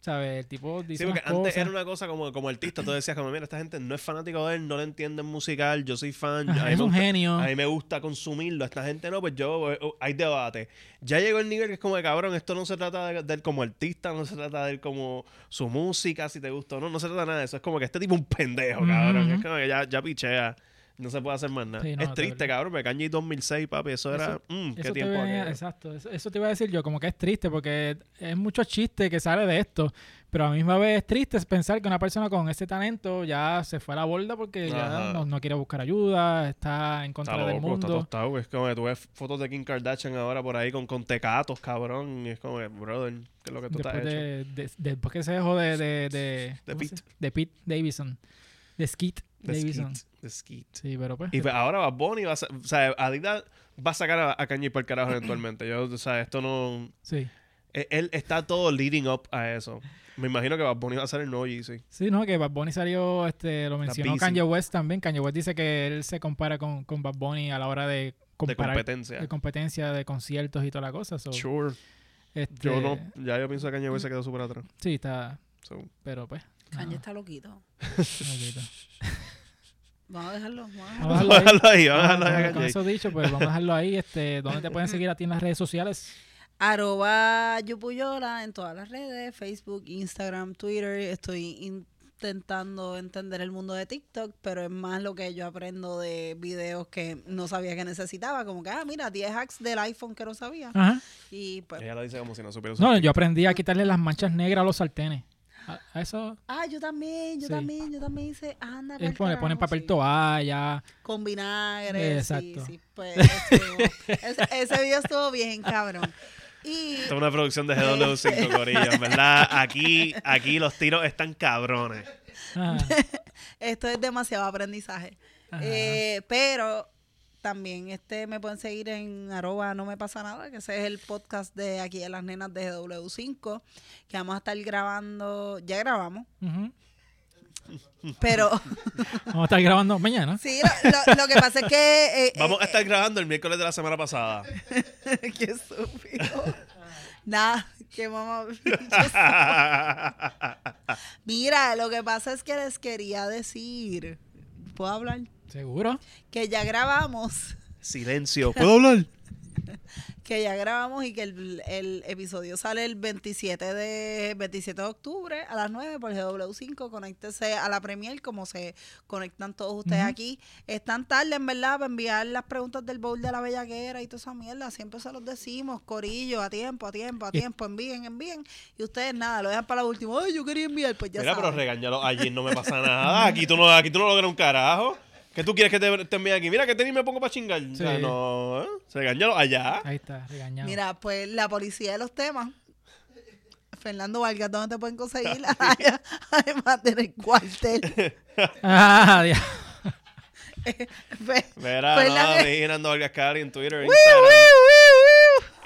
¿sabes? El tipo dice Sí, porque unas antes cosas. era una cosa como, como artista, tú decías como, mira, esta gente no es fanático de él, no le entienden musical, yo soy fan, yo- Ajá, a mí es me un gusta- genio. A mí me gusta consumirlo, a esta gente no, pues yo, eh, oh, hay debate. Ya llegó el nivel que es como de cabrón, esto no se trata de, de él como artista, no se trata de él como su música, si te gusta o no, no se trata de nada de eso. Es como que este tipo es un pendejo, Ujú, cabrón. ujú. Es como que ya, ya pichea, no se puede hacer más nada. Sí, no, es de triste, verdad. cabrón, me cañé 2006, papi, eso era, Eso- mm, qué Eso te tiempo venía- aquello. exacto, eso, eso te iba a decir yo, como que es triste porque es mucho chiste que sale de esto, pero a la misma vez es triste pensar que una persona con ese talento ya se fue a la borda porque ya Ajá. no, no quiere buscar ayuda, está en contra Está del loco, está mundo. tostado. Es como que tú ves fotos de Kim Kardashian ahora por ahí con, con tecatos, cabrón. Y es como que, brother, ¿qué es lo que tú Después, estás hecho? de, de- después que se dejó de... De, de, De ¿cómo Pete. se- de Pete Davidson. De Skeet De Davidson. skit, de skit. Sí, pero pues... Y pues ahora Bad Bunny va a... sa- O sea, Adidas va a sacar a, a Kanye por el carajo eventualmente. Yo, o sea, esto no... sí. e- Él está todo leading up a eso. Me imagino que Bad Bunny va a ser el nuevo Yeezy. Sí, no, que Bad Bunny salió, este, lo mencionó busy. Kanye West también. Kanye West dice que él se compara con, con Bad Bunny a la hora de De comparar competencia. de competencia de conciertos y toda la cosa. so, Sure. este, Yo no... Ya yo pienso que Kanye West se quedó súper atrás. Sí, está. So, Pero pues. Kanye nada, está loquito. loquito. Vamos a dejarlo. Vamos Vamos a a [LAUGHS] Vamos a dejarlo ahí. dejarlo ahí, vamos a Vamos dejarlo ahí a- a Con Kanye. eso dicho, pues vamos a dejarlo ahí. Este, ¿Dónde te pueden seguir a ti en las redes sociales? Arroba Yupuyola en todas las redes, Facebook, Instagram, Twitter. Estoy intentando entender el mundo de TikTok, pero es más lo que yo aprendo de videos que no sabía que necesitaba. Como que, ah, mira, 10 hacks del iPhone que no sabía. Ajá. Y pues, Eh, Ella lo dice como si no supiera su- No, yo aprendí a quitarle las manchas negras a los sartenes. A, a eso ah, yo también, yo Sí. también, yo también hice, anda, él pone- le ponen papel todo toalla. Con vinagre. Exacto. Sí, sí, pues, estuvo- ese, ese video estuvo bien, [LAUGHS] cabrón. Y Esto es una producción de GW5 Corillo, en ¿verdad? Aquí, aquí los tiros están cabrones. Ajá, [LAUGHS] esto es demasiado aprendizaje. ajá. Eh, pero también este me pueden seguir en arroba no me pasa nada, que ese es el podcast de aquí de las nenas de GW5, que vamos a estar grabando, ya grabamos, Ujú. pero [LAUGHS] Vamos a estar grabando mañana. sí, lo, lo- lo que pasa es que... eh, Vamos a eh, estar grabando el miércoles de la semana [LAUGHS] pasada. [LAUGHS] Qué estúpido. Nada, qué mamá. [LAUGHS] Mira, lo que pasa es que les quería decir, puedo hablar, Seguro. que ya grabamos, [LAUGHS] Silencio. ¿Puedo hablar? que ya grabamos y que el, el episodio sale el 27 de 27 de octubre a las 9 por GW5. Conéctese a la Premier como se conectan todos ustedes Ujú. aquí. Están tarde, en verdad, para enviar las preguntas del bowl de la bellaquera y toda esa mierda. Siempre se los decimos, corillo, a tiempo, a tiempo, a Y- tiempo, envíen, envíen. Y ustedes nada, lo dejan para la última. Ay, yo quería enviar, pues ya Mira, pero saben. regáñalo. Allí no me pasa nada. Aquí tú no, aquí tú no logras un carajo. ¿Qué tú quieres que te, te envíe aquí? Mira, que tenis me pongo para chingar. O sea, Sí. no. ¿eh? Regáñalo allá. Ahí está, regañado. Mira, pues la policía de los temas. Fernando Vargas, ¿dónde te [LAUGHS] pueden conseguir? [LAUGHS] Además de en el cuartel. [LAUGHS] Ah, ya. Ve- Verá, Pues la nada, que- me dije Nando Vargas Cari en Twitter, Instagram,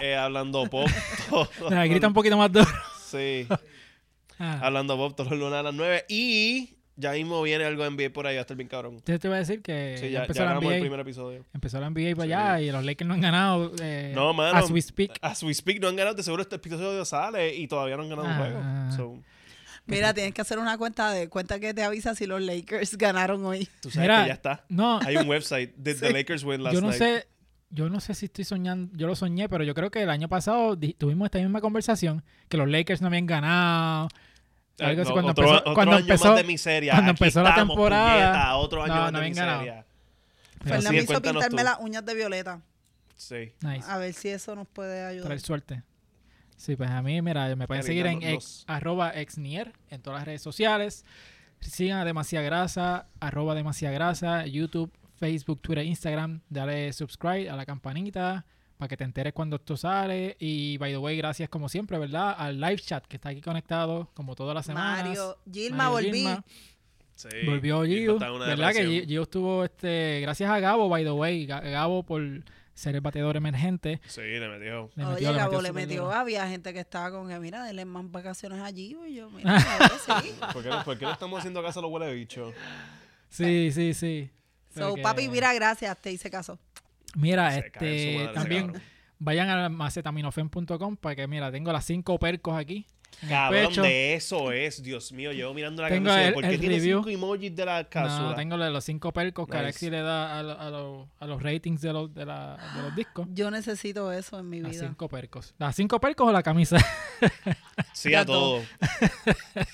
eh, hablando pop. todo. Mira, grita un poquito más duro. Sí, Ah. hablando pop todos los lunes a las 9. Y ya mismo viene algo de NBA por ahí, va a estar bien cabrón. Entonces te voy a decir que Sí, Eh, ya ya, ya empezó la grabamos NBA. el primer episodio. Empezó la NBA para allá y los Lakers no han ganado. eh, No, mano. As we speak. As we speak, no han ganado, de seguro este episodio sale y todavía no han ganado Ah. un juego. So, [LAUGHS] Mira, tienes que hacer una cuenta de cuenta que te avisa si los Lakers ganaron hoy. tú sabes Mira, que ya está. No, Hay un website, Did the Sí. Lakers Win Last yo no Night? sé, yo no sé si estoy soñando, yo lo soñé, pero yo creo que el año pasado di- tuvimos esta misma conversación que los Lakers no habían ganado. Eh, Algo así, no, cuando otro, empezó- otro cuando año empezó- más de miseria. cuando Aquí empezó la estamos, temporada, puñeta, otro año no, más no de habían ganado. miserio. Pero Fernando sí, hizo cuéntanos pintarme tú. las uñas de violeta. Sí. Nice. A ver si eso nos puede ayudar. Traer suerte. Sí, pues a mí, mira, me pueden Carina, seguir en los- ex- arroba exnier en todas las redes sociales. Sigan a Demasiada Grasa, arroba Demasiada Grasa, YouTube, Facebook, Twitter, Instagram. Dale subscribe a la campanita para que te enteres cuando esto sale. Y, by the way, gracias como siempre, ¿verdad? Al live chat que está aquí conectado como todas las semanas. Mario, Gilma, Mario volví. Gilma. sí. Volvió Y Gio. no está una ¿Verdad que depresión. Gio, Gio estuvo, este, gracias a Gabo, by the way, Ga- Gabo por ser el bateador emergente. Sí, le metió. Le metió- Oye, Gabo le súper metió, duro. había gente que estaba con que, mira, denle más vacaciones allí. Y [LAUGHS] yo, mira, claro que sí. ¿Por qué, no- por qué no estamos haciendo caso a los huele bichos? Sí, sí, sí. So, Porque- papi, mira, gracias, te hice caso. Mira, Se cae en su este, madre, también ese vayan a macetaminofen.com para que, mira, tengo las cinco percos aquí. en el Cabrón, pecho. de eso es, Dios mío. Llevo mirando la Tengo camiseta. el- ¿Por qué el tiene review. cinco emojis de la cápsula? No, tengo la- los cinco percos que Nice. Alexi le da a, lo- a lo- a los ratings de los, de la- de los discos. Yo necesito eso en mi Las vida. cinco percos. ¿Las cinco percos o la camisa? [LAUGHS] Sí a Ya todo. todo.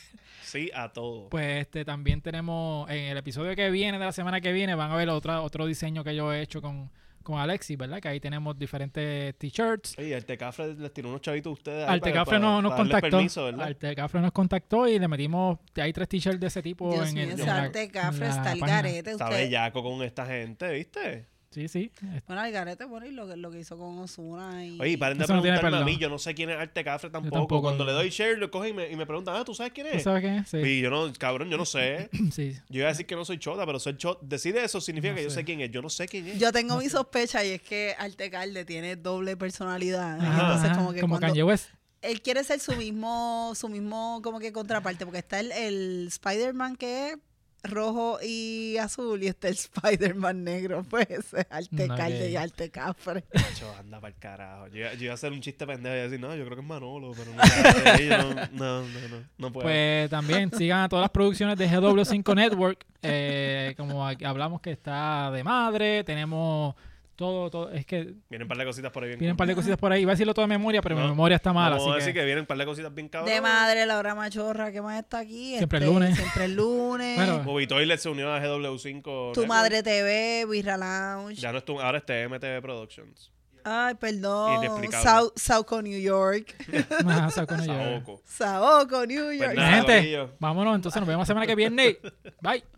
sí a todo. Pues este, también tenemos, en el episodio que viene, de la semana que viene, van a ver otra, otro diseño que yo he hecho con, con Alexi, ¿verdad? Que ahí tenemos diferentes t-shirts. Oye, Altecafre les tiró unos chavitos a ustedes. ahí para- Altecafre para- no, nos para darles contactó. permiso, ¿verdad? Altecafre nos contactó y le metimos. Hay tres t-shirts de ese tipo Dios en mío, el. en ese la- arte cafre en la está el página. garete. Está usted- bellaco con esta gente, ¿viste? Sí, sí. Bueno, el garete, bueno, y lo, que- lo que hizo con Osuna. Y... Oye, paren de Eso no tiene preguntarme a mí. perdón. Yo no sé quién es Altecafre tampoco. tampoco, Cuando yo- le doy share, lo cogen y me, y me preguntan, ah, ¿tú sabes quién ¿Tú es? sabes quién es? Sí. Y yo no, cabrón, yo no sé. [CLEARS THROAT] sí. Yo iba a decir que no soy chota, pero soy chota. Decir eso significa No que yo sé. sé quién es. Yo no sé quién es. Yo tengo mi sospecha y es que Artecalde tiene doble personalidad. Ajá, Ah, Entonces, ajá, como que cuando Kanye West. él quiere ser su mismo, su mismo, como que contraparte, porque está el, el Spider-Man que es rojo y azul y está el Spider-Man negro, [LAUGHS] pues ese es Artecalde Ok. y Artecafre. Chacho, anda para el carajo. Yo, iba- yo iba a hacer un chiste pendejo y iba a decir, no, yo creo que es Manolo, pero no. sé, yo no, no, no, no, no puedo. Pues también sigan a todas las producciones de GW5 Network. eh, como aquí hablamos que está de madre, tenemos todo, todo. Es que vienen un par de cositas por ahí bien. vienen un par de cositas por ahí. Iba a decirlo todo de memoria, pero mi No, memoria está mala. Vamos a así decir que, que... vienen un par de cositas bien cabronas. De madre, la hora machorra, ¿qué más está aquí? Siempre el Este, lunes. Siempre el lunes. Bueno, Movitoilet se unió a GW5. tu Network. madre TV, Birra Lounge. Ya no es tu, ahora es TMTV Productions. Ay, perdón. Inexplicable. Sau- Sauco, New York. [LAUGHS] Ajá, saco [LAUGHS] no llevo. Saoco. Saoco, New Pues York. nada, Gente. corillo. [LAUGHS] Vámonos, entonces nos vemos la semana que viene. Bye.